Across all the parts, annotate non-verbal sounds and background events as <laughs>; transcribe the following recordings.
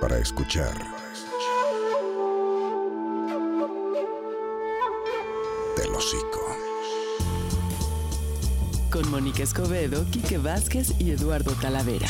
para escuchar. Del hocico. Con Mónica Escobedo, Quique Vázquez y Eduardo Talavera.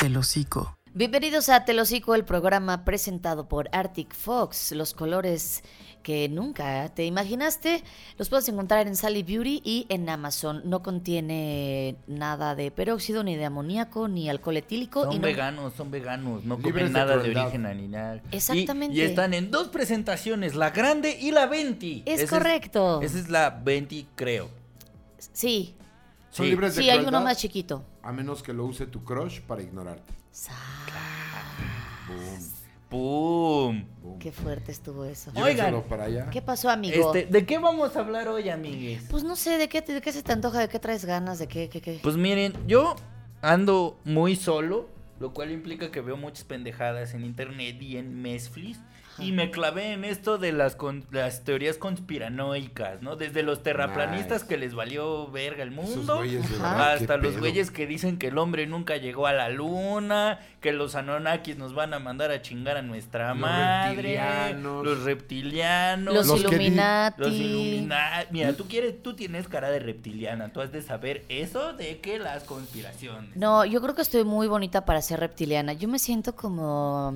Del hocico. Bienvenidos a Telocico, el programa presentado por Arctic Fox. Los colores que nunca te imaginaste los puedes encontrar en Sally Beauty y en Amazon. No contiene nada de peróxido, ni de amoníaco, ni alcohol etílico. Son y no- veganos, son veganos, no Libres comen de nada de crueldad. origen animal. Y- Exactamente. Y, están en dos presentaciones, la grande y la 20. Es correcto. esa es la 20, creo. Sí, Son Sí. libres de sí, hay uno crueldad, más chiquito. A menos que lo use tu crush para ignorarte. Sa- Boom. ¡Pum! Qué fuerte estuvo eso. Oigan. Llévenselo para allá. ¿Qué pasó, amigo? Este, ¿De qué vamos a hablar hoy, amigues? Pues no sé, ¿de qué, te- ¿de qué se te antoja? ¿De qué traes ganas? ¿De qué? qué, qué? Pues miren, yo ando muy solo, lo cual implica que veo muchas pendejadas en internet y en Netflix. Y me clavé en esto de las, con- las teorías conspiranoicas, ¿no? Desde los terraplanistas Nice. que les valió verga el Esos mundo. güeyes, de Ajá. verdad, qué Hasta los pedo. güeyes que dicen que el hombre nunca llegó a la luna, que los Anunnakis nos van a mandar a chingar a nuestra Los madre, reptilianos. los reptilianos, los, los que di- Illuminati. los Illuminati. Mira, tú quieres, tú tienes cara de reptiliana, tú has de saber eso de que las conspiraciones. No, yo creo que estoy muy bonita para ser reptiliana. Yo me siento como,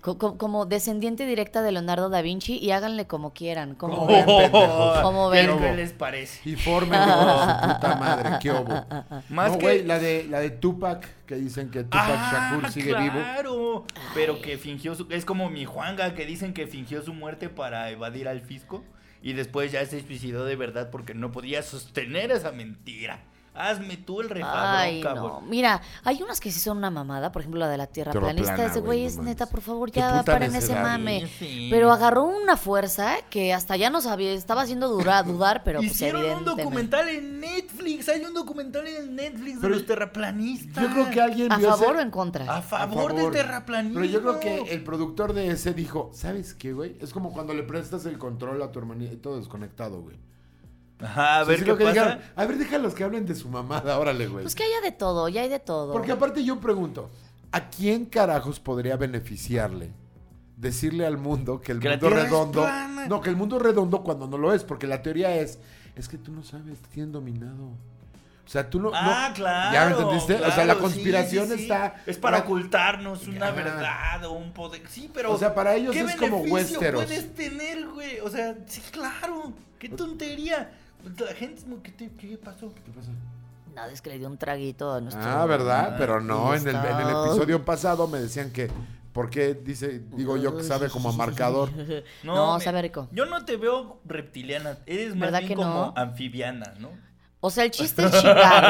co- co- como descendiente directa de Leonardo da Vinci y háganle como quieran. Como Como vean. ven, <laughs> pendejos. Como ¿Qué- ven. ¿Qué les parece? Y formen hijo de su puta madre, qué obo. <laughs> Más no, que- güey, la de, la de Tupac, que dicen que Tupac Shakur sigue vivo. Ah, claro, pero que fingió su... Es como mi Juanga, que dicen que fingió su muerte para evadir al fisco y después ya se suicidó de verdad porque no podía sostener esa mentira. Hazme tú el refabrón, Ay, no. cabrón. Mira, hay unas que sí son una mamada, por ejemplo la de la tierra Tierra planista. plana, Ese güey, güey no es mames. neta, por favor, Qué ya puta paren ese necedad, mame. güey. Sí. Pero agarró una fuerza que hasta ya no sabía, estaba haciendo <laughs> dudar, dudar, pero pues Hicieron un evidentemente. documental en Netflix, hay un documental en Netflix de Pero los terraplanistas. Yo creo que alguien ¿A vio ese- favor o en contra? Ah, A favor, del terraplanismo. Pero yo creo que el productor de ese dijo, ¿sabes qué, güey? Es como cuando le prestas el control a tu hermanito desconectado, güey. Ajá, a O sea, ver sí qué creo que pasa. dijeron, a ver, déjalos que hablen de su mamada, órale, güey. Pues que haya de todo, ya hay de todo. Porque aparte yo pregunto, ¿a quién carajos podría beneficiarle decirle al mundo que el Que la mundo Tierra es redondo, plana? no, que el mundo es redondo cuando no lo es, porque la teoría es, es que tú no sabes, te tienen dominado. O sea, tú no, no- Ah, claro. ¿Ya me entendiste? o sea, claro, la sí, conspiración sí, sí. está Es para ocultar ocultarnos una Ah. verdad o un poder. Sí, pero. O sea, para ellos ¿qué es como beneficio Westeros. puedes tener, güey? O sea, sí, claro. Qué tontería. La gente es muy- ¿Qué, te- qué pasó? ¿Qué pasó? Nada, es que le dio un traguito a nuestro... Ah, ¿verdad? Pero no, Ahí en el, en el está. episodio pasado me decían que, ¿por qué dice, digo yo que sabe como <laughs> a marcador? No, sabe rico. Yo no te veo reptiliana. Eres más ¿Verdad bien que como no? anfibiana, ¿no? O sea, el chiste es chingar,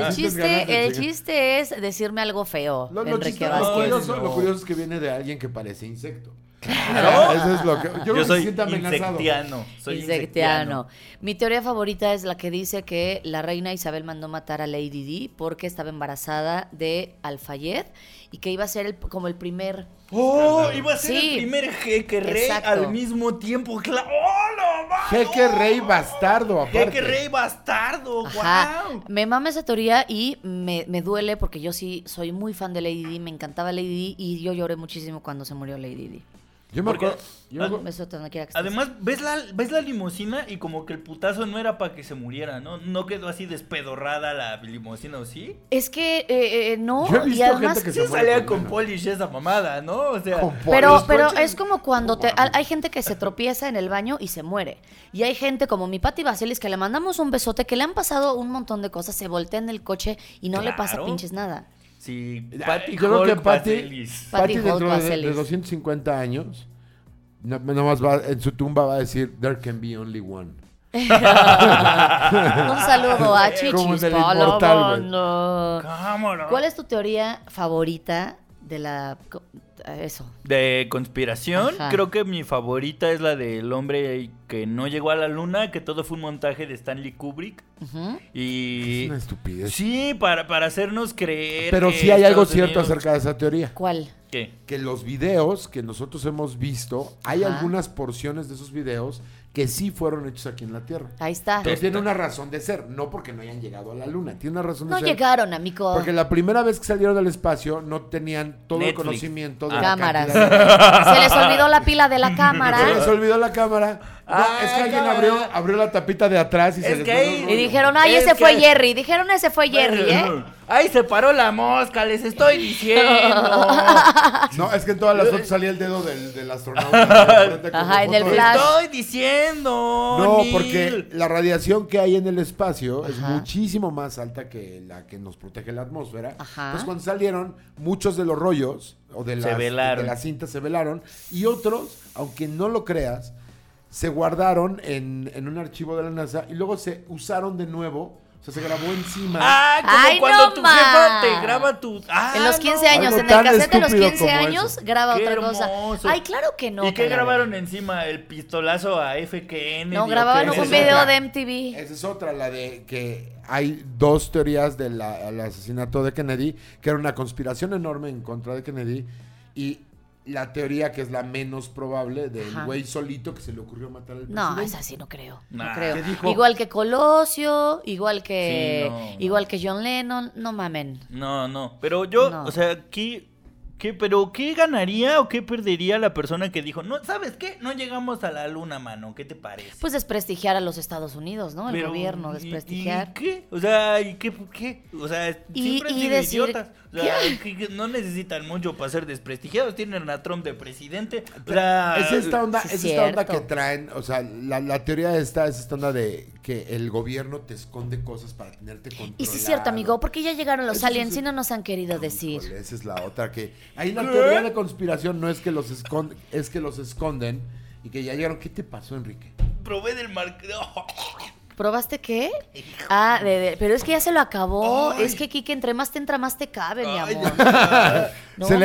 ¿no? El Sientes ganas chiste, de el chingar. chiste es decirme algo feo, Lo, de lo Enrique chistoso- lo Vázquez. curioso, No. lo curioso es que viene de alguien que parece insecto. Claro. Eso es lo que. Yo, creo que se soy siente amenazado. insectiano. Soy Insectiano. Mi teoría favorita es la que dice que la reina Isabel mandó matar a Lady Di porque estaba embarazada de Alfayed y que iba a ser el- como el primer. Oh, iba a ser Sí. el primer jeque rey Exacto. al mismo tiempo. Cla- ¡Oh, no mames! Jeque rey bastardo, aparte. ¡Jeque rey bastardo! Ajá. pues, ¡Wow! Me mama esa teoría y me, me duele porque yo sí soy muy fan de Lady Di, me encantaba Lady Di y yo lloré muchísimo cuando se murió Lady Di. Yo me Porque- acuerdo. yo me Un acuerdo- beso donde quiera que estés. Además, ves la, ves la limusina y como que el putazo no era para que se muriera, ¿no? No quedó así despedorrada la limusina, ¿o sí? Es que eh, eh, no, Yo he y visto además. gente que Sí muere salía con con menos. polish esa mamada, ¿no? O sea... Con po- Pero, Los pero coches- es como cuando te, hay hay gente que se tropieza en el baño y se muere. Y hay gente como mi Pati Vaselis que le mandamos un besote, que le han pasado un montón de cosas, se voltea en el coche y no le pasa Claro. pinches nada. Sí, Ah, Patty yo creo que Hulk Patty- Vaselis. Patty Patty, Holt dentro de, Vaselis. de 250 años, no- nomás va, en su tumba va a decir: There can be only one. Un saludo a Como Chichis en el inmortal, güey. Palomano. Cámara. ¿Cuál es tu teoría favorita de la... co- eh, eso? De conspiración, Ajá. creo que mi favorita es la del hombre que no llegó a la luna, que todo fue un montaje de Stanley Kubrick. Ujú. Y. Es una estupidez. Sí, para, para hacernos creer. Pero que sí hay algo Estados cierto Unidos- acerca de esa teoría. ¿Cuál? ¿Qué? que los videos que nosotros hemos visto, hay Ajá. algunas porciones de esos videos que sí fueron hechos aquí en la Tierra. Ahí está. Pero tiene una razón de ser, no porque no hayan llegado a la Luna, tiene una razón No de ser. llegaron, amigo. Porque la primera vez que salieron del espacio no tenían todo el Netflix. conocimiento Ah. de la Cámaras. cantidad <laughs> de- Se les olvidó la pila <laughs> de la cámara. Se les olvidó la cámara. No, Ah, es que alguien cámara. abrió, abrió la tapita de atrás y se Es les que voló el ahí- rollo. Y dijeron, ay, Es ese que- fue Jerry. Dijeron, ese fue Jerry, ¿eh? Ay, se paró la mosca, les estoy diciendo. <laughs> No, es que en <laughs> todas las fotos salía el dedo del, del astronauta. Ajá, en el Foto de- flash. estoy diciendo. No, Neil. porque la radiación que hay en el espacio es Ajá. muchísimo más alta que la que nos protege la atmósfera. Ajá. Entonces, cuando salieron, muchos de los rollos o de Se las, velaron. de las cintas se velaron. Y otros, aunque no lo creas, se guardaron en, en un archivo de la NASA y luego se usaron de nuevo. O sea, se grabó encima. Ah, como Ay, cuando no tu ma. jefa te graba tu. Ah, En los no. 15 años, Algo en el tan cassette de los estúpido 15 como años, eso. graba Qué otra cosa. hermoso. Ay, claro que no. ¿Y qué caray. grabaron encima? ¿El pistolazo a FKN? No, grababan Esa un es video otra. de MTV. Esa es otra, la de que hay dos teorías del asesinato de Kennedy, que era una conspiración enorme en contra de Kennedy, y la teoría que es la menos probable del Ajá. güey solito que se le ocurrió matar al presidente. No, es así, no creo. No Nah. creo. ¿Qué dijo? Igual que Colosio, igual que Sí, no, no. igual que John Lennon, no mamen. No, no. Pero yo, No. o sea, ¿qué, qué, pero ¿qué ganaría o qué perdería la persona que dijo, no, ¿sabes qué? No llegamos a la luna, mano. ¿Qué te parece? Pues desprestigiar a los Estados Unidos, ¿no? El Pero, gobierno, ¿y- desprestigiar. ¿Y qué? O sea, ¿y qué? qué? O sea, Y- siempre y han sido decir, idiotas. O sea, que- que no necesitan mucho para ser desprestigiados. Tienen a Trump de presidente. O sea, Es esta onda, Sí, es esta onda cierto. que traen, o sea, la, la teoría esta es esta onda de que el gobierno te esconde cosas para tenerte controlado. Y sí es cierto, amigo, porque ya llegaron los Eso sí aliens es- y no nos han querido decir. Híjole, esa es la otra que. Ahí la teoría de conspiración no es que los esconden, es que los esconden y que ya llegaron. ¿Qué te pasó, Enrique? probé del mar. <laughs> ¿Probaste qué? Ah, de- de- pero es que ya se lo acabó. Es que Kike, entre más te entra, más te cabe, mi Ay, amor. No, se le mi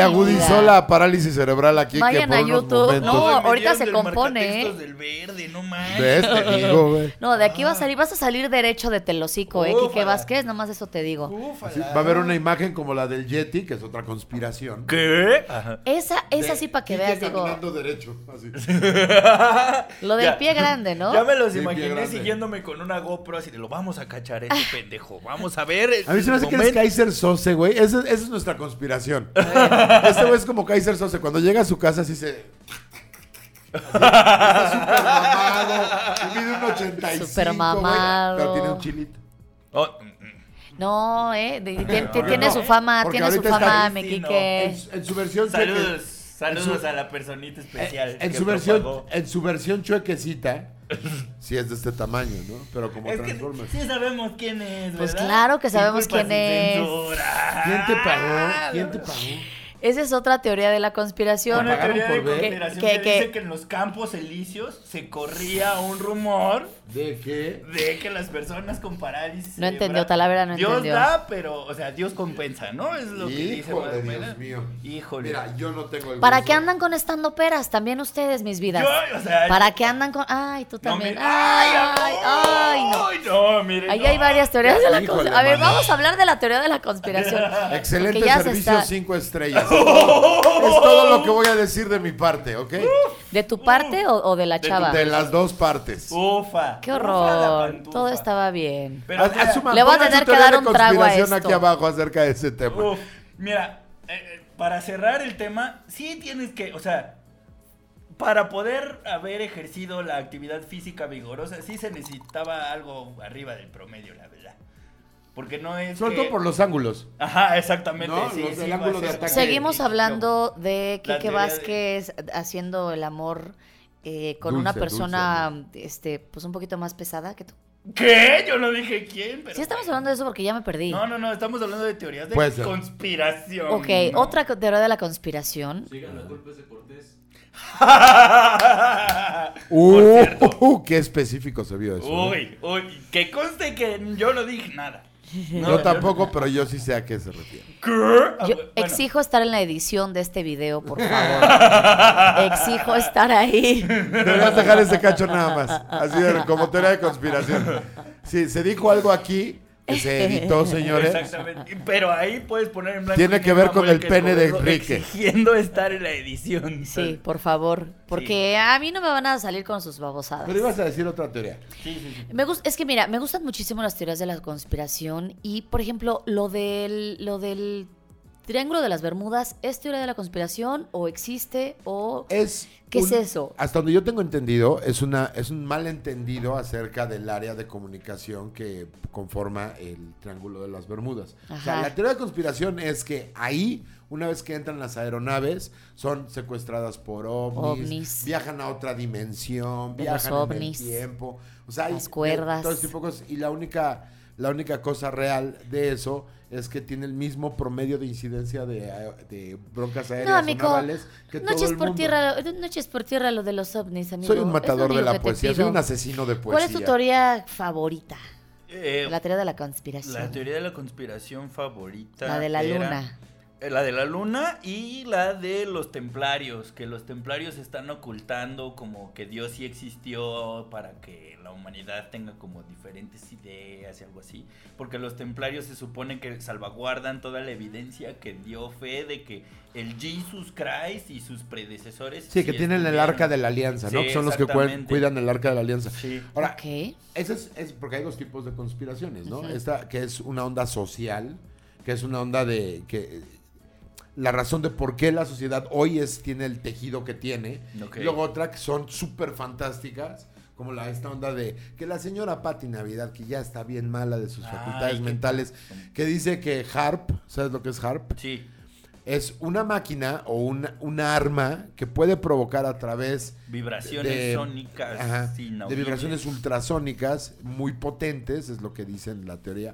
vida. agudizó la parálisis cerebral aquí Vayan que a por unos YouTube. momentos- No, Ay, me ahorita dieron se del compone, marcatextos ¿eh? del verde, no manches. ¿Ves? Te digo, <laughs> güey. No, de aquí vas a salir, vas a salir derecho de telocico, ¿eh? Quique Ufala. Vázquez, nomás eso te digo. Así, Ufala. va a haber una imagen como la del Yeti, que es otra conspiración. ¿Qué? Ajá. Esa, esa sí para que Quique veas, digo, caminando derecho, así. lo del Ya. pie grande, ¿no? Ya me los Sí, bien imaginé grande. siguiéndome con una GoPro así de lo vamos a <laughs> cachar este pendejo. Vamos a ver. este A mí se me hace que eres momento". Kaiser Sose, güey. Esa, esa es nuestra <laughs> conspiración. Eh. Este güey es como Kaiser Sose. Cuando llega a su casa, así se. Así, está súper mamado. y Mide un 85. Súper güey, mamado. Pero tiene un chilito. Oh, mm, mm. No, ¿eh? De- de- de- no, tiene no. su fama, Porque tiene su ahorita está fama, bien mi fino. En, Quique. su- en su versión Saludos, chueque- saludos su- a la personita especial. En que su, versión, propagó. en su versión chuequecita, sí es de este tamaño, ¿no? Pero como Es que Transformers. sí sabemos quién es, Pues ¿verdad? claro que Sin sabemos culpa, quién sin es. censura. Ah, ¿Quién te Ah, pagó? ¿Quién te pagó? Esa es otra teoría de la conspiración. Una teoría de por ver? conspiración Que- que, que- dice que en los campos elíseos se corría un rumor ¿De qué? de que las personas con parálisis No cerebral- entendió, Talavera no Dios entendió. da, pero, o sea, Dios compensa, ¿no? Es lo que dice más Híjole, o Dios menos. mío. Híjole. Mira, yo no tengo el ¿Para gusto. qué andan con estando peras? También ustedes, mis vidas. Yo, o sea, ¿Para qué andan con.? Ay, tú no, también. mira- Ay, ay, ay, no. Ay, no, miren. Ahí no. hay varias teorías de la Híjole, conspiración. A ver, mano. vamos a hablar de la teoría de la <laughs> conspiración. Excelente Porque ya se servicio, está- cinco estrellas. Es todo lo que voy a decir de mi parte, ¿ok? ¿De tu parte o, o de la De tu- chava? De las dos partes. Ufa. Qué ufa la horror. pantufa. Todo estaba bien. Pero, Haz- o sea, haz una- Le voy a pongan tener su que teoría dar de un trago a conspiración esto. aquí abajo acerca de ese tema. Uf, mira, eh, eh, para cerrar el tema, sí tienes que, o sea, para poder haber ejercido la actividad física vigorosa, sí se necesitaba algo arriba del promedio, la verdad. Porque no es. Sobre que- todo por los ángulos. Ajá, exactamente. No, sí, los del sí, va ángulo a de ser- ataque. Seguimos hablando de La Quique teoría de- Vázquez haciendo el amor eh, con Dulce, una dulce, persona este, pues un poquito más pesada que tú. ¿Qué? Yo no dije quién, pero. Sí, estamos hablando de eso porque ya me perdí. No, no, no, estamos hablando de teorías de Puede ser. conspiración. ok, ¿no? otra co- teoría de la conspiración. <laughs> Por cierto. Uh, qué específico se vio eso. ¿eh? Uy, uy, que conste que yo no dije nada. No, yo tampoco, pero yo sí sé a qué se refiere. ¿Qué? Ah, Yo bueno. exijo estar en la edición de este video, <laughs> por favor. exijo estar ahí. <laughs> Deberías dejar ese cacho nada más. Así de, como teoría de conspiración. Sí, se dijo algo aquí, que se editó, señores. Exactamente. Pero ahí puedes poner en blanco. Tiene y que negro ver a con Manuel el pene de Escobedo Enrique. Exigiendo estar en la edición. Sí, por favor. Porque a mí no me van a salir con sus babosadas. Pero ibas a decir otra teoría. Me gus- es que mira, me gustan muchísimo las teorías de la conspiración y, por ejemplo, lo del, lo del Triángulo de las Bermudas, ¿es teoría de la conspiración o existe o... Es ¿Qué es un- eso? Hasta donde yo tengo entendido, es, una, es un malentendido acerca del área de comunicación que conforma el Triángulo de las Bermudas. O sea, Ajá. la teoría de conspiración es que ahí, una vez que entran las aeronaves, son secuestradas por ovnis, Ovnis. viajan a otra dimensión, De los viajan ovnis. en el tiempo. O sea, hay Las cuerdas. todo este tipo de cosas. Y la única, la única cosa real de eso es que tiene el mismo promedio de incidencia de, ae- de broncas aéreas No, o amigo. navales que todo Noches el por, mundo. tierra, lo- noches por tierra lo de los ovnis, amigo. Soy un Es matador lo de único que la te poesía, soy pido. un asesino de poesía. ¿Cuál es tu teoría favorita? Eh, La teoría de la la conspiración. teoría de la conspiración favorita. La de la era- luna. eh, La de la luna y la de los templarios, que los templarios están ocultando como que Dios sí existió para que la humanidad tenga como diferentes ideas y algo así. Porque los templarios se supone que salvaguardan toda la evidencia que dio fe de que el Jesus Christ y sus predecesores. Sí, que tienen el arca de la la alianza, ¿no? Sí, que son los que cuen- exactamente. cuidan el arca de la alianza. Sí. Ahora, Ok. eso es, es porque hay dos tipos de conspiraciones, ¿no? Esta que es una onda social, que es una onda de que eh, la razón de por qué la sociedad hoy es tiene el tejido que tiene. Ok. Y luego otra que son súper fantásticas. Como la, esta onda de que la señora Patti Navidad, que ya está bien mala de sus Ay, facultades qué- mentales, que dice que HARP, ¿sabes lo que es HARP? Sí. es una máquina o un, una arma que puede provocar a través Vibraciones sónicas ajá, de inaudibles. vibraciones ultrasónicas muy potentes, es lo que dice en la teoría,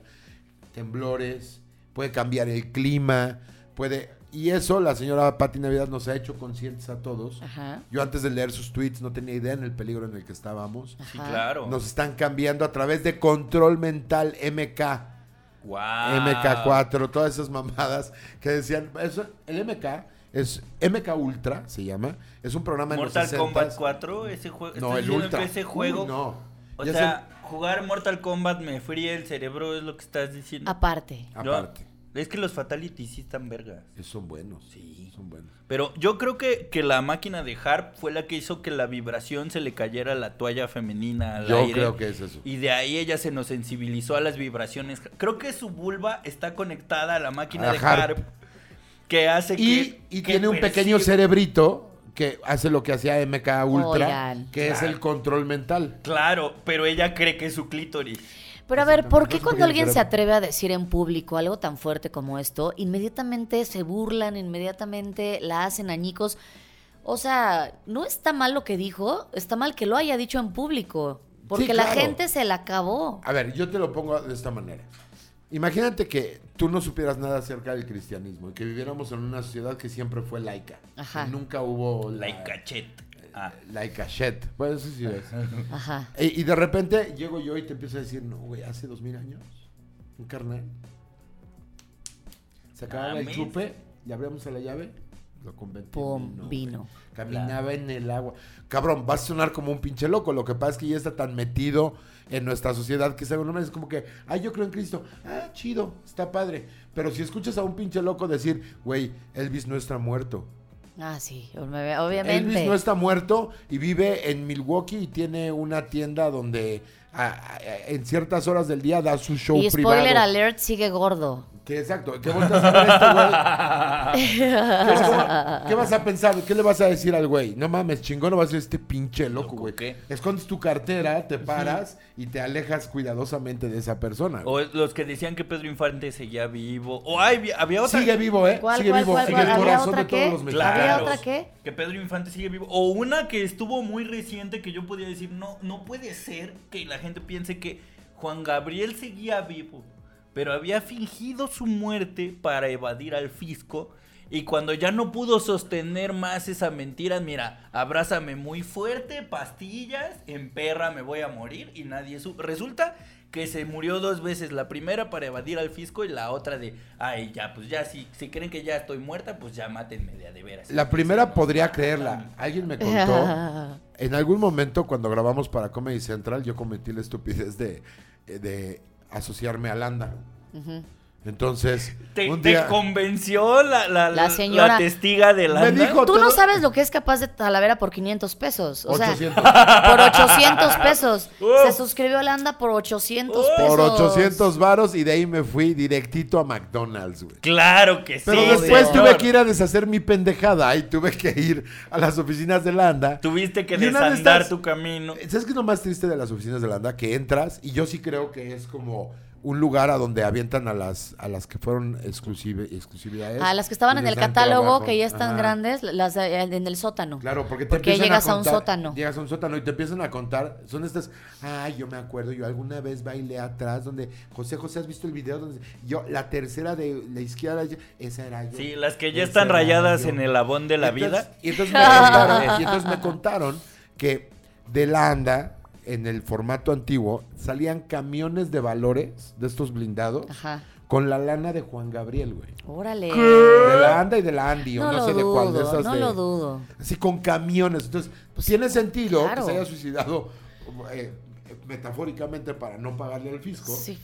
temblores, puede cambiar el clima, puede... Y eso la señora Pati Navidad nos ha hecho conscientes a todos. Ajá. Yo antes de leer sus tweets no tenía idea en el peligro en el que estábamos. Sí, Ajá. claro. Nos están cambiando a través de control mental MK. Guau. MK4, todas esas mamadas que decían. Eso, el MK es MK Ultra, se llama. Es un programa en Mortal los 60s. Kombat 4, ese juego. No, ¿estás el diciendo Ultra. que ese juego. Uy, no. O Ya sea, jugar Mortal Kombat me fría el cerebro, es lo que estás diciendo. Aparte. sé- ¿No? aparte, Es que los Fatalities sí están vergas. son buenos. Sí. Son buenos. Pero yo creo que, que la máquina de Harp fue la que hizo que la vibración se le cayera a la toalla femenina al Yo aire. creo que es eso. Y de ahí ella se nos sensibilizó a las vibraciones. Creo que su vulva está conectada a la máquina A de Harp. Harp. Que hace Y, que. y que tiene un pequeño perciba- cerebrito que hace lo que hacía MK Ultra, Oigan. que es el control mental. Claro, pero ella cree que es su clítoris. Pero a ver, ¿por Exactamente, qué no sé por cuando qué alguien se diferente. atreve a decir en público algo tan fuerte como esto, inmediatamente se burlan, inmediatamente la hacen añicos? O sea, no está mal lo que dijo, está mal que lo haya dicho en público, porque Sí, la claro. gente se la acabó. A ver, yo te lo pongo de esta manera. Imagínate que tú no supieras nada acerca del cristianismo y que viviéramos en una sociedad que siempre fue laica. Ajá. Que Nunca hubo la- Like a chet. Ah. Like a shit. Bueno, eso sí es. Ajá. y, y de repente llego yo y te empiezo a decir, no, güey, hace dos mil años, un carnal. Se acababa el Mames. chupe, le abríamos a la llave, lo convertimos. Pum, vino. Caminaba en el agua. Cabrón, vas a sonar como un pinche loco. Lo que pasa es que ya está tan metido en nuestra sociedad que según es como que, ay, yo creo en Cristo. Ah, chido, está padre. Pero si escuchas a un pinche loco decir, güey, Elvis no está muerto. Ah, sí, obvi- obviamente. Elvis no está muerto y vive en Milwaukee y tiene una tienda donde a- a- a- en ciertas horas del día da su show y privado. spoiler alert, sigue gordo. Que exacto, ¿qué volteas a ver a este <laughs> güey? ¿Qué, cómo- qué vas a pensar? ¿Qué le vas a decir al güey? No mames, chingón, no vas a ser este pinche loco, güey. ¿qué? Escondes tu cartera, te paras y te alejas cuidadosamente de esa persona. O los que decían que Pedro Infante seguía vivo. O ay, vi- había otra. Sigue vivo, ¿eh? ¿Cuál, sigue cuál, vivo, cuál, sigue cuál? el ¿Había corazón otra de todos qué? los mexicanos. Claro. ¿Había otra qué? Que Pedro Infante sigue vivo. O una que estuvo muy reciente que yo podía decir, no, no puede ser que la gente piense que Juan Gabriel seguía vivo, pero había fingido su muerte para evadir al fisco. Y cuando ya no pudo sostener más esa mentira, mira, abrázame muy fuerte, pastillas, en perra me voy a morir y nadie su Resulta que se murió dos veces, la primera para evadir al fisco y la otra de, ay, ya, pues ya, si, si creen que ya estoy muerta, pues ya mátenme de a de veras. La primera podría creerla. Alguien me <laughs> contó. En algún momento cuando grabamos para Comedy Central yo cometí la estupidez eh, de, de asociarme a Landa. Entonces, Te, un te día... convenció la, la, La señora. testiga de la. Me dijo, Tú te no doy- sabes lo que es capaz de Talavera por 500 pesos. O sea, <laughs> 800. por 800 <laughs> pesos. Uf. Se suscribió a Landa por 800 pesos. Por 800 varos y de ahí me fui directito a McDonald's, güey. Claro que sí. Pero después señor. tuve que ir a deshacer mi pendejada y tuve que ir a las oficinas de Landa. Tuviste que Y una de desandar estas- Eh, tu camino. ¿Sabes qué es lo más triste de las oficinas de Landa? Que entras y yo sí creo que es como un lugar a donde avientan a las a las que fueron exclusive, exclusividades. A las que estaban y en les el dan catálogo, trabajo. que ya están Ajá. grandes, las de- eh, en el sótano. Claro, porque te Porque empiezan llegas a, un contar- sótano. Llegas a un sótano y te empiezan a contar. Son estas. Ay, yo me acuerdo, yo alguna vez bailé atrás donde José José, ¿has visto el video? Donde yo, la tercera de la izquierda, yo- esa era yo. Sí, las que ya Esa están era rayadas yo". en el abón de la Entonces- vida. <laughs> Y entonces, me contaron, y entonces me contaron que de la anda, en el formato antiguo, salían camiones de valores de estos blindados Ajá. con la lana de Juan Gabriel, güey. Órale. De la anda y de la Andy, o No no, lo sé de cuál de dudo, esas. no de- lo dudo. Así con camiones. Entonces, pues, tiene sentido claro. que se haya suicidado eh, metafóricamente para no pagarle al fisco. Sí,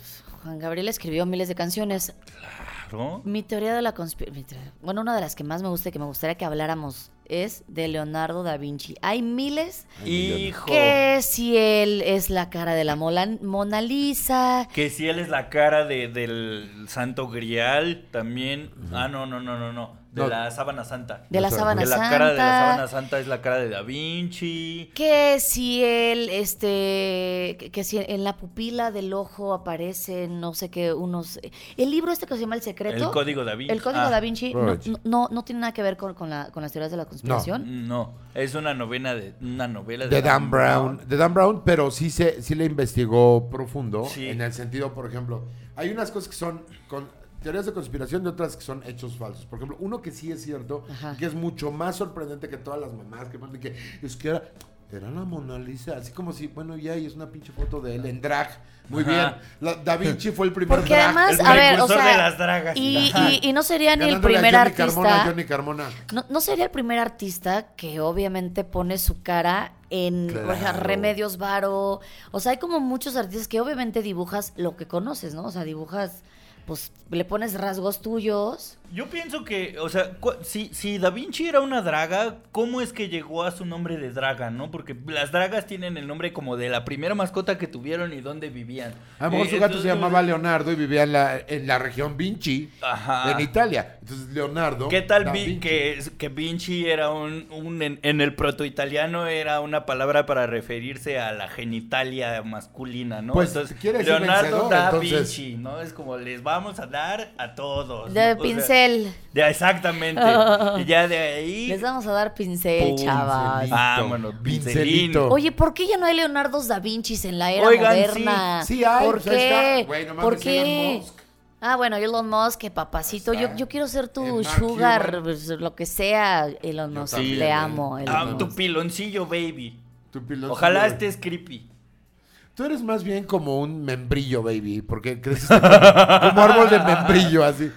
Juan Gabriel escribió miles de canciones. Claro. Mi teoría de la conspiración. Bueno, una de las que más me gusta y que me gustaría que habláramos es de Leonardo da Vinci. Hay miles Hijo. que si él es la cara de la Mola- Mona Lisa. Que si él es la cara de, del santo grial, también. Ah, no, no, no, no, no. De No. la sábana santa. De la Exacto. sábana Que la santa. cara de la sábana santa es la cara de Da Vinci. Que si él, este, que- que si en la pupila del ojo aparecen, no sé qué, unos... El libro este que se llama El Secreto. El código Da Vinci. El Código Ah, da Vinci no, right. no- no tiene nada que ver con, con la- con las teorías de la conspiración. No, es una novena de una novela de, De Dan Brown. De Dan Brown, pero sí, se, sí le investigó profundo. Sí. En el sentido, por ejemplo, hay unas cosas que son con teorías de conspiración y otras que son hechos falsos. Por ejemplo, uno que sí es cierto, Ajá. que es mucho más sorprendente que todas las mamás que ponen que es que era, era la Mona Lisa. Así como si, bueno, ya y es una pinche foto de él en drag. Muy Ajá. bien. La- da Vinci fue el primer Porque drag. además, el a ver, o precursor sea, de las dragas. y, Ajá. y- y no sería ni el Ganándole a primer Johnny artista. Carmona, Johnny Carmona. No, no sería el primer artista que obviamente pone su cara en por ejemplo, Claro. Remedios Varo. O sea, hay como muchos artistas que obviamente dibujas lo que conoces, ¿no? O sea, dibujas, pues le pones rasgos tuyos. Yo pienso que, o sea, cu- si, si Da Vinci era una draga, ¿cómo es que llegó a su nombre de draga, no? Porque las dragas tienen el nombre como de la primera mascota que tuvieron y dónde vivían. A lo mejor Eh, su gato se entonces- llamaba Leonardo y vivía en la, en la región Vinci, Ajá. en Italia. Entonces, Leonardo. ¿Qué tal da vi- Vinci. que, que Vinci era un, un- en, en el protoitaliano era una palabra para referirse a la genitalia masculina, ¿no? Pues, quiere decir vencedor, da entonces. Vinci, ¿no? Es como les vamos a dar a todos. Pues ¿no? De O sea, pincel. <laughs> de- exactamente. y ya de ahí. Les vamos a dar pincel, Pum, chaval. pincelito. Vámonos, Pincelito. pincelito. Oye, ¿por qué ya no hay Leonardo da Vinci en la era Oigan, moderna? sí, sí hay, ¿Por pues ahí qué? está. Güey, no mames, ¿Por qué? Elon Musk. Ah, bueno, Elon Musk, que papacito, Ahí yo, está. yo quiero ser Eh, tu Mark sugar, Cuban. pues, lo que sea, Elon Yo Musk. también, Te eh. amo, Elon Ah, Musk. tu piloncillo, baby. Tu piloncillo, Ojalá güey. estés creepy. Tú eres más bien como un membrillo, baby, porque creces como, como árbol de membrillo, así.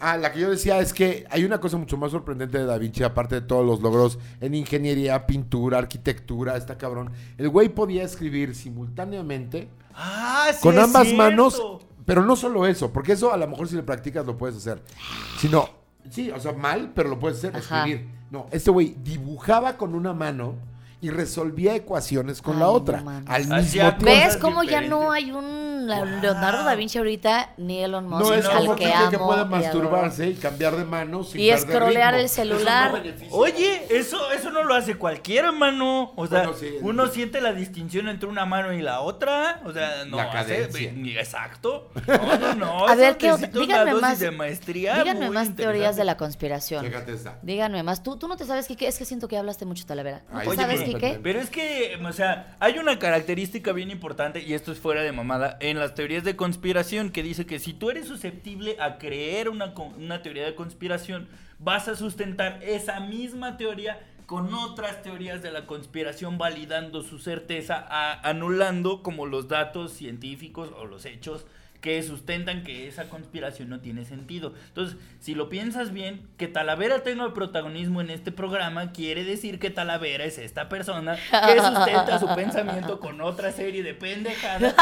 Ah, la que yo decía es que hay una cosa mucho más sorprendente de Da Vinci, aparte de todos los logros en ingeniería, pintura, arquitectura, está cabrón. El güey podía escribir simultáneamente Ah, sí con es ambas cierto. manos, pero no solo eso, porque eso a lo mejor si le practicas lo puedes hacer, sino, sí, o sea, mal, pero lo puedes hacer, Ajá. escribir. No, este güey dibujaba con una mano y resolvía ecuaciones con Ay, la no otra, mames. al mismo Hacía tiempo. ¿Ves cosas cómo ya no diferentes. hay un la- Leonardo da Vinci ahorita, ni Elon Musk, No es no, como al que, que amo que puede y adoro? masturbarse y cambiar de mano sin Y perder scrollear ritmo. el celular. Eso no beneficia. Oye, eso, eso no lo hace cualquiera, mano. O sea, Bueno, sí, es uno difícil. siente la distinción entre una mano y la otra. O sea, no La hace- cadencia. <laughs> ni- Exacto. No, no, no. A eso ver, ¿qué otra? necesita una Díganme dosis más, de maestría díganme muy más teorías de la interesante. conspiración. Fíjate esta. Díganme más. ¿Tú, tú no te sabes, Quique, es que siento que hablaste mucho, Talavera. ¿No Ay, te sí, sabes, pero- Quique? Pero es que, o sea, hay una característica bien importante, y esto es fuera de mamada, en las teorías de conspiración, que dice que si tú eres susceptible a creer una, con- una teoría de conspiración, vas a sustentar esa misma teoría con otras teorías de la conspiración, validando su certeza, a- anulando como los datos científicos o los hechos que sustentan que esa conspiración no tiene sentido. Entonces, si lo piensas bien, que Talavera tenga el protagonismo en este programa quiere decir que Talavera es esta persona que sustenta su pensamiento con otra serie de pendejadas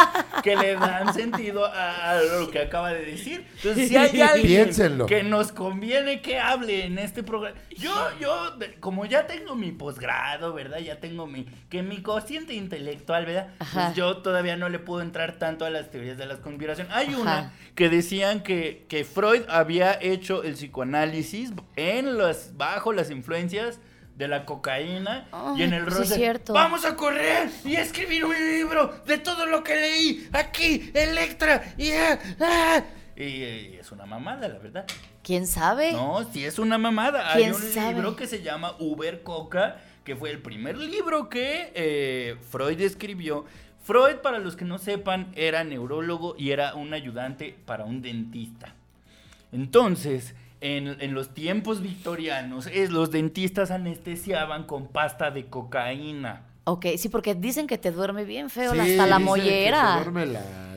que le dan sentido a, a lo que acaba de decir. Entonces, si hay alguien Piénsenlo. que nos conviene que hable en este programa, yo, yo, de- como ya tengo mi posgrado, ¿verdad? Ya tengo mi, que mi cociente intelectual, ¿verdad? Ajá. Pues yo todavía no le puedo entrar tanto a las teorías de las conspiraciones. Hay Ajá. una que decían que, que Freud había hecho el psicoanálisis en los, bajo las influencias de la cocaína y en Ay, el sí es roce. cierto. Vamos a correr y a escribir un libro de todo lo que leí aquí, Electra. Y, ah, ah". Y, eh, es una mamada, la verdad. ¿Quién sabe? No, sí es una mamada. Hay ¿Quién un sabe? libro que se llama Uber Coca, que fue el primer libro que eh, Freud escribió. Freud, para los que no sepan, era neurólogo y era un ayudante para un dentista. Entonces, en, en los tiempos victorianos, es, los dentistas anestesiaban con pasta de cocaína. Ok, sí, porque dicen que te duerme bien feo Sí, hasta la dicen que te mollera. duerme la,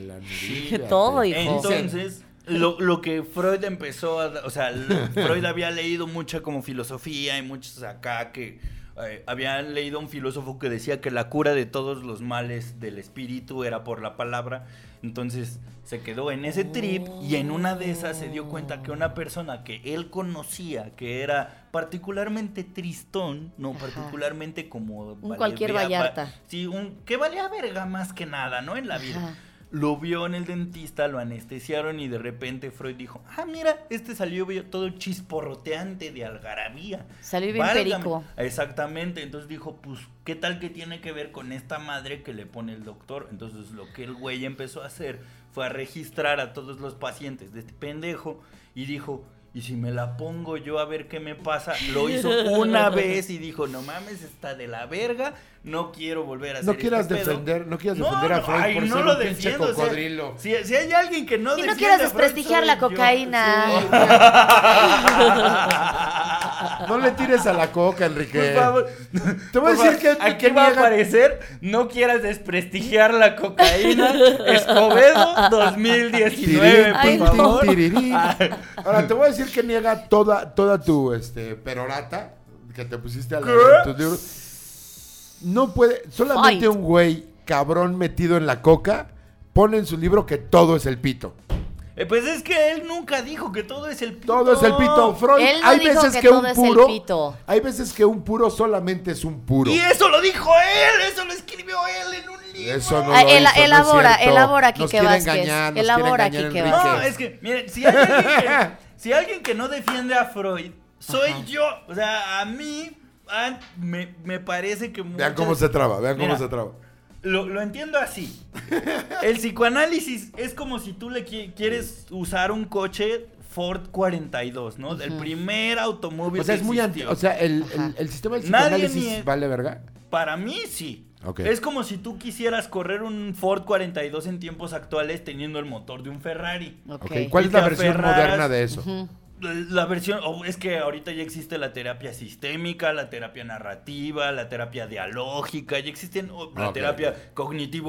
<laughs> la Sí, nudilla, todo, te- hijo. Entonces, lo, lo que Freud empezó a... O sea, lo- Freud había leído mucha como filosofía y muchos acá que... eh, habían leído un filósofo que decía que la cura de todos los males del espíritu era por la palabra. Entonces se quedó en ese trip y en una de esas se dio cuenta que una persona que él conocía, que era particularmente tristón, no, Ajá. particularmente como... Un cualquier valía- va- Vallarta. Sí, un, que valía verga más que nada, ¿no? En la vida. Ajá. Lo vio en el dentista, lo anestesiaron y de repente Freud dijo, ah, mira, este salió bien- todo chisporroteante de algarabía. Salió bien Válgame. perico. Exactamente, entonces dijo, pues, ¿qué tal que tiene que ver con esta madre que le pone el doctor? Entonces lo que el güey empezó a hacer fue a registrar a todos los pacientes de este pendejo y dijo... Y si me la pongo yo a ver qué me pasa, lo hizo <laughs> una vez y dijo, no mames, está de la verga, no quiero volver a hacer No quieras este pedo". defender, no quieras defender a Freud ay, por no ser lo un pinche defiendo, o sea, cocodrilo. si, si hay alguien que no Y defiende no quieras a Freud, desprestigiar soy la yo. cocaína. <laughs> No le tires a la coca, Enrique. Por favor. <laughs> Te voy a Por decir favor, que- aquí que va a niega- aparecer no quieras desprestigiar la cocaína Escobedo 2019, Tirirín, por tin, favor. tin, tirirín. Ah, Ahora te voy a decir que niega toda, toda tu este, perorata que te pusiste a leer ¿Qué? en tus libros. No puede, solamente Fight. un güey cabrón metido en la coca pone en su libro que todo es el pito. eh, Pues es que él nunca dijo que todo es el pito. Todo es el pito, Freud. Él no hay dijo veces que que, todo un es el puro, pito. hay veces que un puro solamente es un puro. Y eso lo dijo él, eso lo escribió él en un libro. Eso no Ah, lo ela- hizo, no es elabora, cierto. elabora, Nos Quique quiere Vázquez. engañar, nos Elabora, quiere engañar, Quique Enrique. No, Vázquez. es que, miren, si hay alguien <laughs> que, si hay alguien que no defiende a Freud, soy yo. O sea, a mí ah, me, me parece que... Vean muchas- cómo se traba, vean cómo Mira. se traba. Lo, lo entiendo <laughs> así. El psicoanálisis es como si tú le qui- quieres usar un coche Ford 42, ¿no? Del primer automóvil O sea, que es muy anti, Pues existió. o sea, el, el- Ajá. el sistema del Nadie psicoanálisis nie- vale verga. Para mí sí. Ok. Es como si tú quisieras correr un Ford 42 en tiempos actuales teniendo el motor de un Ferrari. Ok. Ok, ¿Cuál Y es la te versión aferraras- moderna de eso? La- La versión, oh, es que ahorita ya existe la terapia sistémica, la terapia narrativa, la terapia dialógica, ya existen oh, la Ok. terapia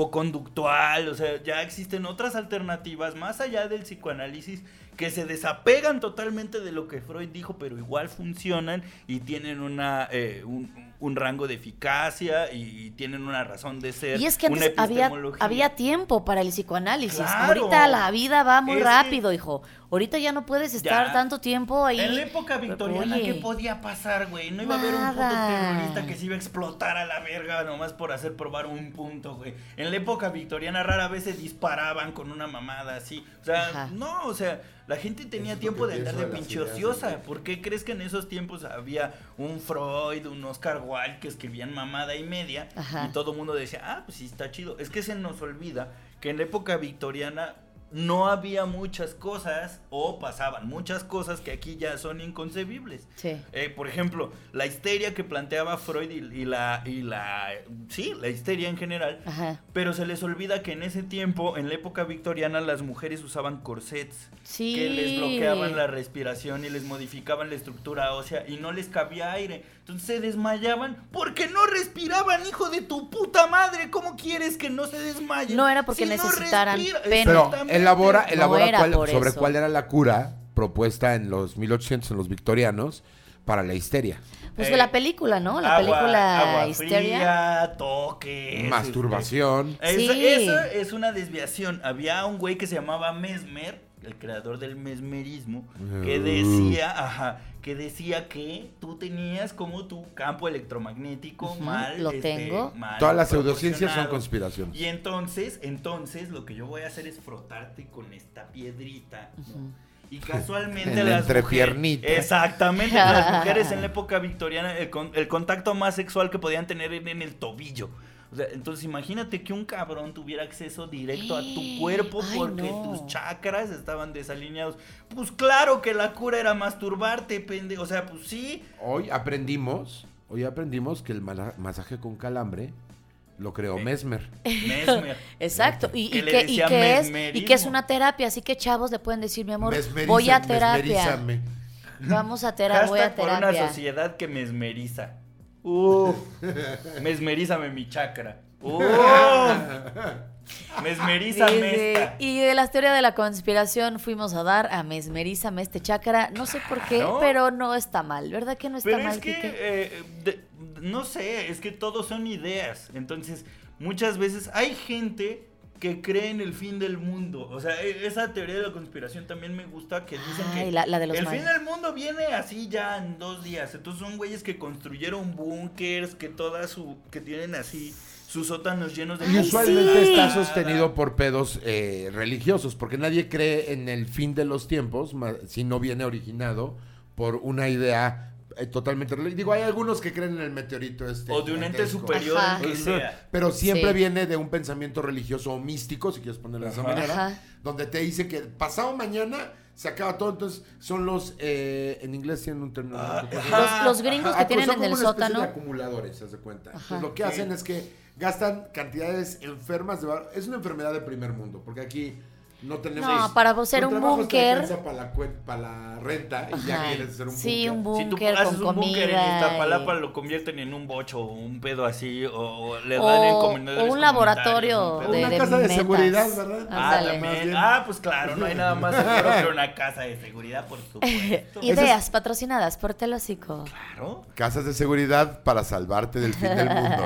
cognitivo-conductual, o sea, ya existen otras alternativas más allá del psicoanálisis que se desapegan totalmente de lo que Freud dijo, pero igual funcionan y tienen una, eh, un, un rango de eficacia y, tienen una razón de ser. Y es que una antes había, epistemología. había tiempo para el psicoanálisis. Claro. Ahorita la vida va muy Es que- rápido, hijo. Ahorita ya no puedes estar Ya. tanto tiempo ahí. En la época victoriana, Oye, ¿qué podía pasar, güey? No iba a haber un puto Nada. terrorista que se iba a explotar a la verga nomás por hacer probar un punto, güey. En la época victoriana rara vez se disparaban con una mamada así. O sea, Ajá. no, o sea, la gente tenía Eso es lo tiempo que de andar de pienso de las pinche ideas, ociosa. güey. ¿Por qué crees que en esos tiempos había un Freud, un Oscar Wilde que escribían mamada y media? Ajá. Y todo el mundo decía, ah, pues sí, está chido. Es que se nos olvida que en la época victoriana no había muchas cosas o pasaban muchas cosas que aquí ya son inconcebibles. Sí. Eh, por ejemplo, la histeria que planteaba Freud y, y la, y la, sí, la histeria en general, Ajá. pero se les olvida que en ese tiempo, en la época victoriana, las mujeres usaban corsets Sí. que les bloqueaban la respiración y les modificaban la estructura ósea y no les cabía aire. Entonces se desmayaban porque no respiraban, hijo de tu puta madre. ¿Cómo quieres que no se desmayen? No era porque necesitaran respira- pene. Pero Exactamente. el elabora, no elabora era cuál- por sobre eso. cuál era la cura propuesta en los 1800, en los victorianos, para la histeria. Pues Eh, con la película, ¿no? La Agua- película agua Histeria. fría, toques, Masturbación. este. Eso, Sí. eso es una desviación. Había un güey que se llamaba Mesmer, el creador del mesmerismo, que Mm. decía, ajá, que decía que tú tenías como tu campo electromagnético Ujú, mal, lo este, tengo. mal Todas las pseudociencias son proporcionado. conspiraciones. Y entonces, entonces lo que yo voy a hacer es frotarte con esta piedrita. ¿no? Y casualmente En la las mujeres- <laughs> entrepiernita. exactamente, las mujeres en la época victoriana el, con- el contacto más sexual que podían tener era en el tobillo. O sea, entonces imagínate que un cabrón tuviera acceso directo a tu cuerpo Eh, Ay, porque no. tus chakras estaban desalineados. Pues claro que la cura era masturbarte, pendejo. O sea, <laughs> pues sí. Hoy aprendimos, hoy aprendimos que el mana- masaje con calambre lo creó Sí. Mesmer. Mesmer. Exacto, y, Que y le que, y, decía que es, y mesmerismo. que es una terapia, así que chavos le pueden decir, mi amor, voy a terapia, vamos a terapia, voy a Hashtag por una terapia. sociedad que mesmeriza. Uh, mesmerízame mi chakra. Uh, mesmerízame Desde- esta. y de las teorías de la conspiración fuimos a dar a mesmerízame este chakra, no sé por qué, Claro. pero no está mal, ¿verdad que no está Pero mal, es que, Kike? eh, de- no sé, es que todo son ideas. Entonces, muchas veces hay gente que cree en el fin del mundo. O sea, e- esa teoría de la conspiración también me gusta que dicen Ay, que la- la de los el mayas. fin del mundo viene así ya en dos días. Entonces son güeyes que construyeron búnkers, que toda su, que tienen así sus sótanos llenos de... Y Ay, usualmente sí. está sostenido por pedos eh, religiosos, porque nadie cree en el fin de los tiempos ma- si no viene originado por una idea eh, totalmente religiosa. Digo, hay algunos que creen en el meteorito este. O de un ente gigantesco. superior Ajá. el que Pues, sea. Pero siempre Sí. viene de un pensamiento religioso o místico, si quieres ponerlo de esa Ajá. manera, Ajá. donde te dice que pasado mañana se acaba todo. Entonces, son los. eh, en inglés tienen un término. Ah, médico. ajá. Los, los gringos Ajá, que pues, tienen en son como el una especie sótano, de acumuladores, se hace cuenta. Ajá. Entonces, lo que hacen es que gastan cantidades enfermas de bar- Es una enfermedad de primer mundo, porque aquí no tenemos. No, para vos ser con un trabajos te búnker. alcanza Para la, cuen- para la renta y ya Ajá. quieres ser un sí, búnker. un Si tú búnker haces con un búnker en comida. eh, Iztapalapa, y- lo convierten en un bocho o un pedo así, o, o le dan en o, comedores o un laboratorio comunitarios, un de- pedo. Una casa de seguridad, ¿verdad? Ah, Ándale. <laughs> Más bien. también. Ah, pues claro, no hay nada más seguro que una casa de seguridad, por <laughs> supuesto. Ideas patrocinadas por Telocico. Claro. Casas de seguridad para salvarte del fin del mundo.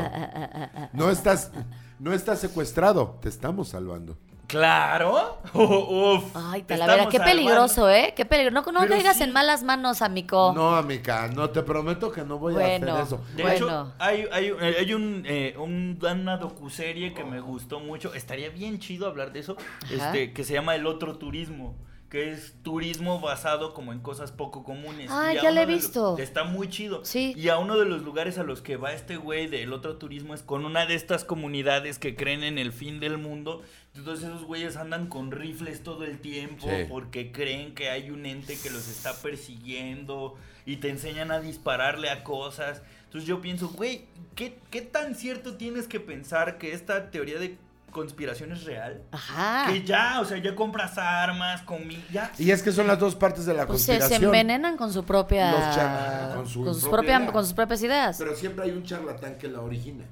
No estás, no estás secuestrado, te estamos salvando. Claro. <laughs> Uf. Ay, Talavera, te estamos qué salvando. peligroso, ¿eh? Qué peligroso. No, no Pero caigas sí. en malas manos, amigo. No, amiga, no te prometo que no voy Oh. Bueno. a hacer eso. De Bueno. hecho, hay, hay, hay un, eh, un- una docuserie que me gustó mucho. Estaría bien chido hablar de eso. Ajá. Este, que se llama El Otro Turismo. Que es turismo basado como en cosas poco comunes. Ah, Y ya a lo he uno de los- visto. está muy chido. Sí. Y a uno de los lugares a los que va este güey del otro turismo es con una de estas comunidades que creen en el fin del mundo. Entonces esos güeyes andan con rifles todo el tiempo Sí. porque creen que hay un ente que los está persiguiendo y te enseñan a dispararle a cosas. Entonces yo pienso, güey, ¿qué, qué tan cierto tienes que pensar que esta teoría de conspiración es real? Ajá. Que ya, o sea, ya compras armas, comida. ya. Y es que son las dos partes de la Pues se, se conspiración. envenenan con su propia. Los cha- con su sus propia propia- idea. con sus propias ideas. Pero siempre hay un charlatán que la origina.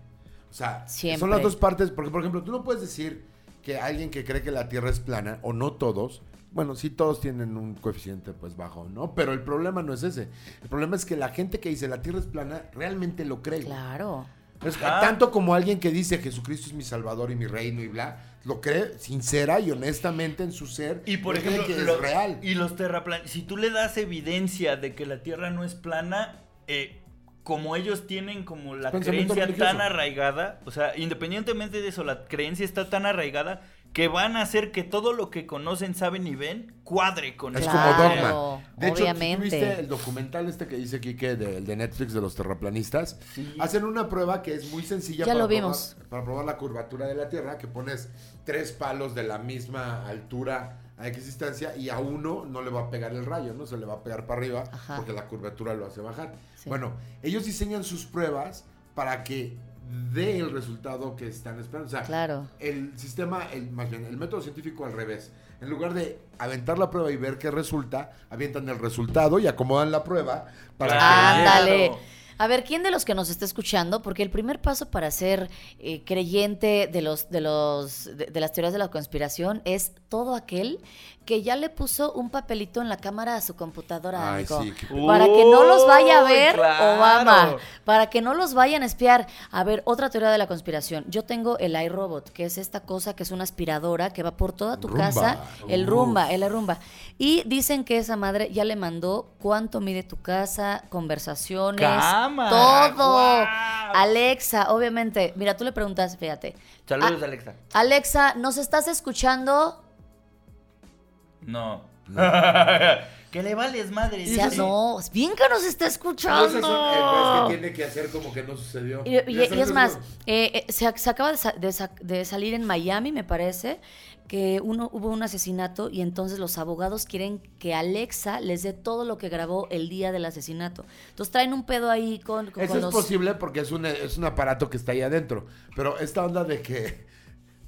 O sea, Siempre. son las dos partes. Porque, por ejemplo, tú no puedes decir que alguien que cree que la Tierra es plana, o no todos, bueno, sí todos tienen un coeficiente pues bajo, ¿no? Pero el problema no es ese. El problema es que la gente que dice la Tierra es plana realmente lo cree. Claro. Es- Ajá. tanto como alguien que dice Jesucristo es mi salvador y mi reino y bla, lo cree sincera y honestamente en su ser. Y por lo cree ejemplo, que es lo- real. y los terraplanistas, si tú le das evidencia de que la Tierra no es plana, eh, como ellos tienen como la Pensamiento creencia religioso. tan arraigada, o sea, independientemente de eso, la creencia está tan arraigada que van a hacer que todo lo que conocen, saben y ven cuadre con Es eso. Claro, como dogma. De hecho, obviamente. ¿tú viste el documental este que dice Quique del de Netflix de los terraplanistas? Sí. Hacen una prueba que es muy sencilla Ya lo probar- vimos. para probar la curvatura de la Tierra, que pones tres palos de la misma altura a X distancia y a uno no le va a pegar el rayo, ¿no? Se le va a pegar para arriba Ajá. porque la curvatura lo hace bajar. Sí. Bueno, ellos diseñan sus pruebas para que dé el resultado que están esperando. O sea, Claro. el sistema, el, más bien, el método científico al revés. En lugar de aventar la prueba y ver qué resulta, avientan el resultado y acomodan la prueba para Claro. que... Ándale. A ver, ¿quién de los que nos está escuchando? Porque el primer paso para ser eh, creyente de, los, de, los, de, de las teorías de la conspiración es todo aquel que ya le puso un papelito en la cámara a su computadora, Ay, amigo. sí, qué- Para que no los vaya a ver Uy, claro. Obama. Para que no los vayan a espiar. A ver, otra teoría de la conspiración. Yo tengo el iRobot, que es esta cosa que es una aspiradora que va por toda tu Rumba. casa. El Uf. rumba, el rumba. Y dicen que esa madre ya le mandó cuánto mide tu casa, conversaciones, Cámara, todo. guau. Alexa, obviamente. Mira, tú le preguntas, fíjate. Saludos, Ah. Alexa. Alexa, ¿nos estás escuchando? No. <laughs> que le vales madre. O sea, dice. no, es bien que nos está Pero pues, esas escuchando. son- eh, es que tiene que hacer como que no sucedió. Y, y- Esas y es son- más, eh, eh, se, ac- se acaba de, sa- de sa- de salir en Miami, me parece, que uno, hubo un asesinato y entonces los abogados quieren que Alexa les dé todo lo que grabó el día del asesinato. Entonces traen un pedo ahí con, con- Eso con es los... posible porque es un, es un aparato que está ahí adentro. Pero esta onda de que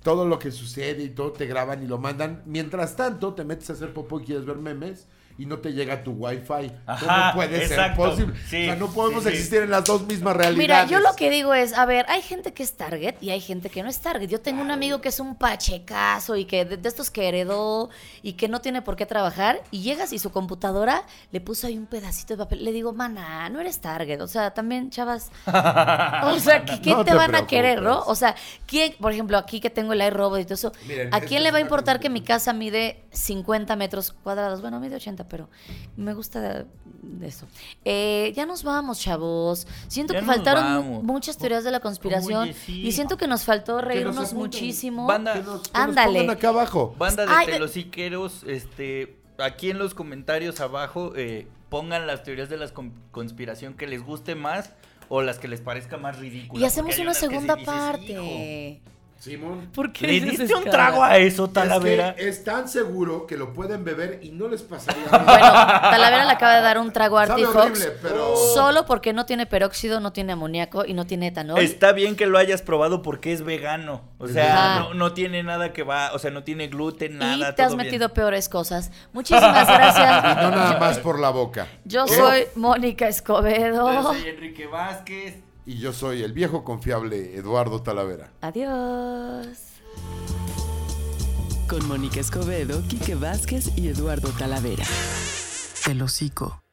todo lo que sucede y todo te graban y lo mandan. Mientras tanto, te metes a hacer popó y quieres ver memes y no te llega tu wifi. Ajá, ¿Cómo puede exacto. ser posible? Sí, o sea, no podemos sí, sí. existir en las dos mismas Mira, realidades. yo lo que digo es, a ver, hay gente que es target y hay gente que no es target. Yo tengo un amigo que es un pachecazo y que de, de estos que heredó y que no tiene por qué trabajar y llegas y su computadora le puso ahí un pedacito de papel. Le digo, mana, no eres target. O sea, también, <laughs> chavas, o sea, ¿qué, quién No te, te van a querer, no? preocupes. O sea, ¿quién, por ejemplo, aquí que tengo el iRobot y todo eso, Miren, ¿a esta quién es le va a una <laughs> importar que conclusión. mi casa mide 50 metros cuadrados? Bueno, mide 80, pero me gusta de, de eso. Eh, ya nos vamos, chavos. Siento Ya que nos faltaron vamos. muchas teorías de la conspiración Oye, sí. y siento que nos faltó reírnos apunten. muchísimo. Banda, Que nos- que nos Ándale. pongan acá abajo. Banda de Ay, eh. telosiqueros, este, aquí en los comentarios abajo eh, pongan las teorías de la conspiración que les guste más o las que les parezca más ridículas. Y hacemos porque hay una unas que sí segunda dices, "Hijo, parte. Simón. ¿Por qué ¿Le dices diste un escala? trago a eso, Talavera? Es que es tan seguro que lo pueden beber y no <laughs> les pasaría nada. Bueno, Talavera le acaba de dar un trago a Sabe Artie Fox horrible, pero- solo porque no tiene peróxido, no tiene amoníaco y no tiene etanol. Está bien que lo hayas probado porque es vegano. O Ajá. sea, no, no tiene nada que va, o sea, no tiene gluten, nada. y te has todo bien. metido peores cosas. Muchísimas <laughs> gracias. Y no nada más por la boca. Yo ¿Qué? soy Mónica Yo Escobedo. soy Enrique Vázquez. Y yo soy el viejo confiable Eduardo Talavera. Adiós. Con Mónica Escobedo, Quique Vázquez y Eduardo Talavera. El hocico.